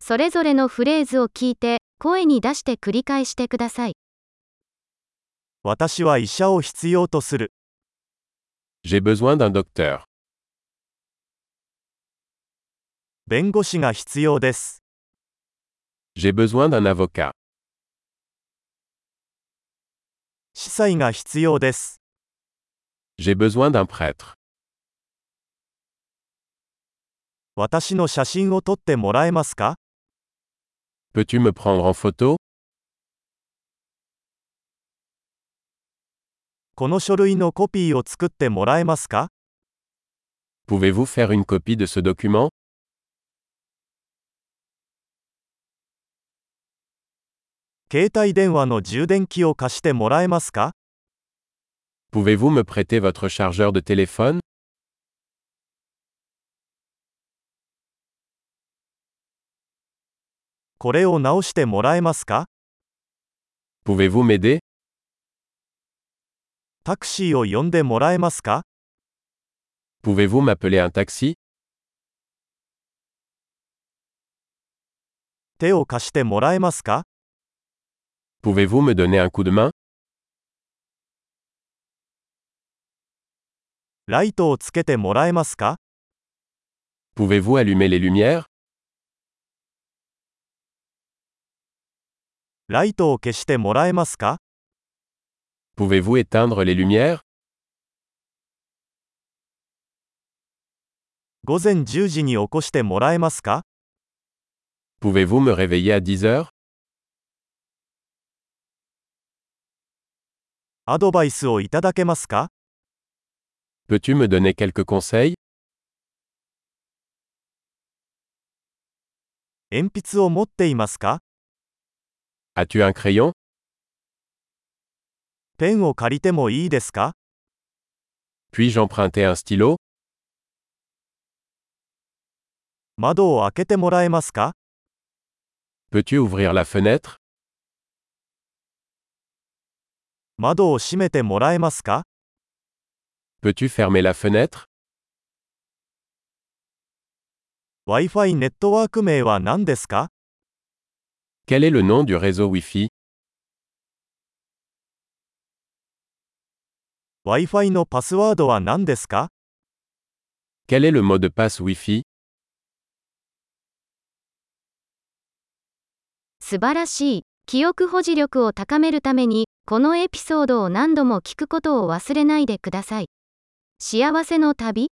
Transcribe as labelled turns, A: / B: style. A: それぞれのフレーズを聞いて、声に出して繰り返してください。
B: 私は医者を必要とする。
C: J'ai besoin d'un docteur.
B: 弁護士が必要です。
C: J'ai besoin d'un avocat.
B: 司祭が必要です。
C: J'ai besoin d'un prêtre.
B: 私の写真を撮ってもらえますか
C: Peux-tu me prendre en photo
B: この書類のコピーを作ってもらえますか
C: Pouvez-vous faire une copie de ce document
B: 携帯電話の充電器を貸してもらえますか
C: Pouvez-vous me prêter votre chargeur de téléphone
B: これを直してもらえますか
C: Pouvez-vous m'aider
B: タクシーを呼んでもらえますか
C: Pouvez-vous m'appeler un taxi
B: 手を貸してもらえますか
C: Pouvez-vous me donner un coup de main
B: ライトをつけてもらえますか
C: Pouvez-vous allumer les lumières
B: ライトを消してもらえますか
C: Pouvez-vous éteindre les lumières
B: 午前10時に起こしてもらえますか
C: Pouvez-vous me réveiller à 10 heures
B: アドバイスをいただけますか
C: Peux-tu me donner quelques conseils
B: 鉛筆を持っていますか
C: As-tu un crayon
B: ペンを借りてもいいですか
C: Puis-je emprunter un stylo
B: 窓を開けてもらえますか
C: Peux-tu ouvrir la fenêtre
B: 窓を閉めてもらえますか
C: Peux-tu fermer la fenêtre
B: Wi-Fi ネットワーク名は何ですか
C: Quel est le nom du réseau Wi-Fi
B: ?Wi-Fi のパスワードは何ですか
C: Quel est le mot de passe Wi-Fi
A: 素晴らしい。記憶保持力を高めるために、このエピソードを何度も聞くことを忘れないでください。幸せの旅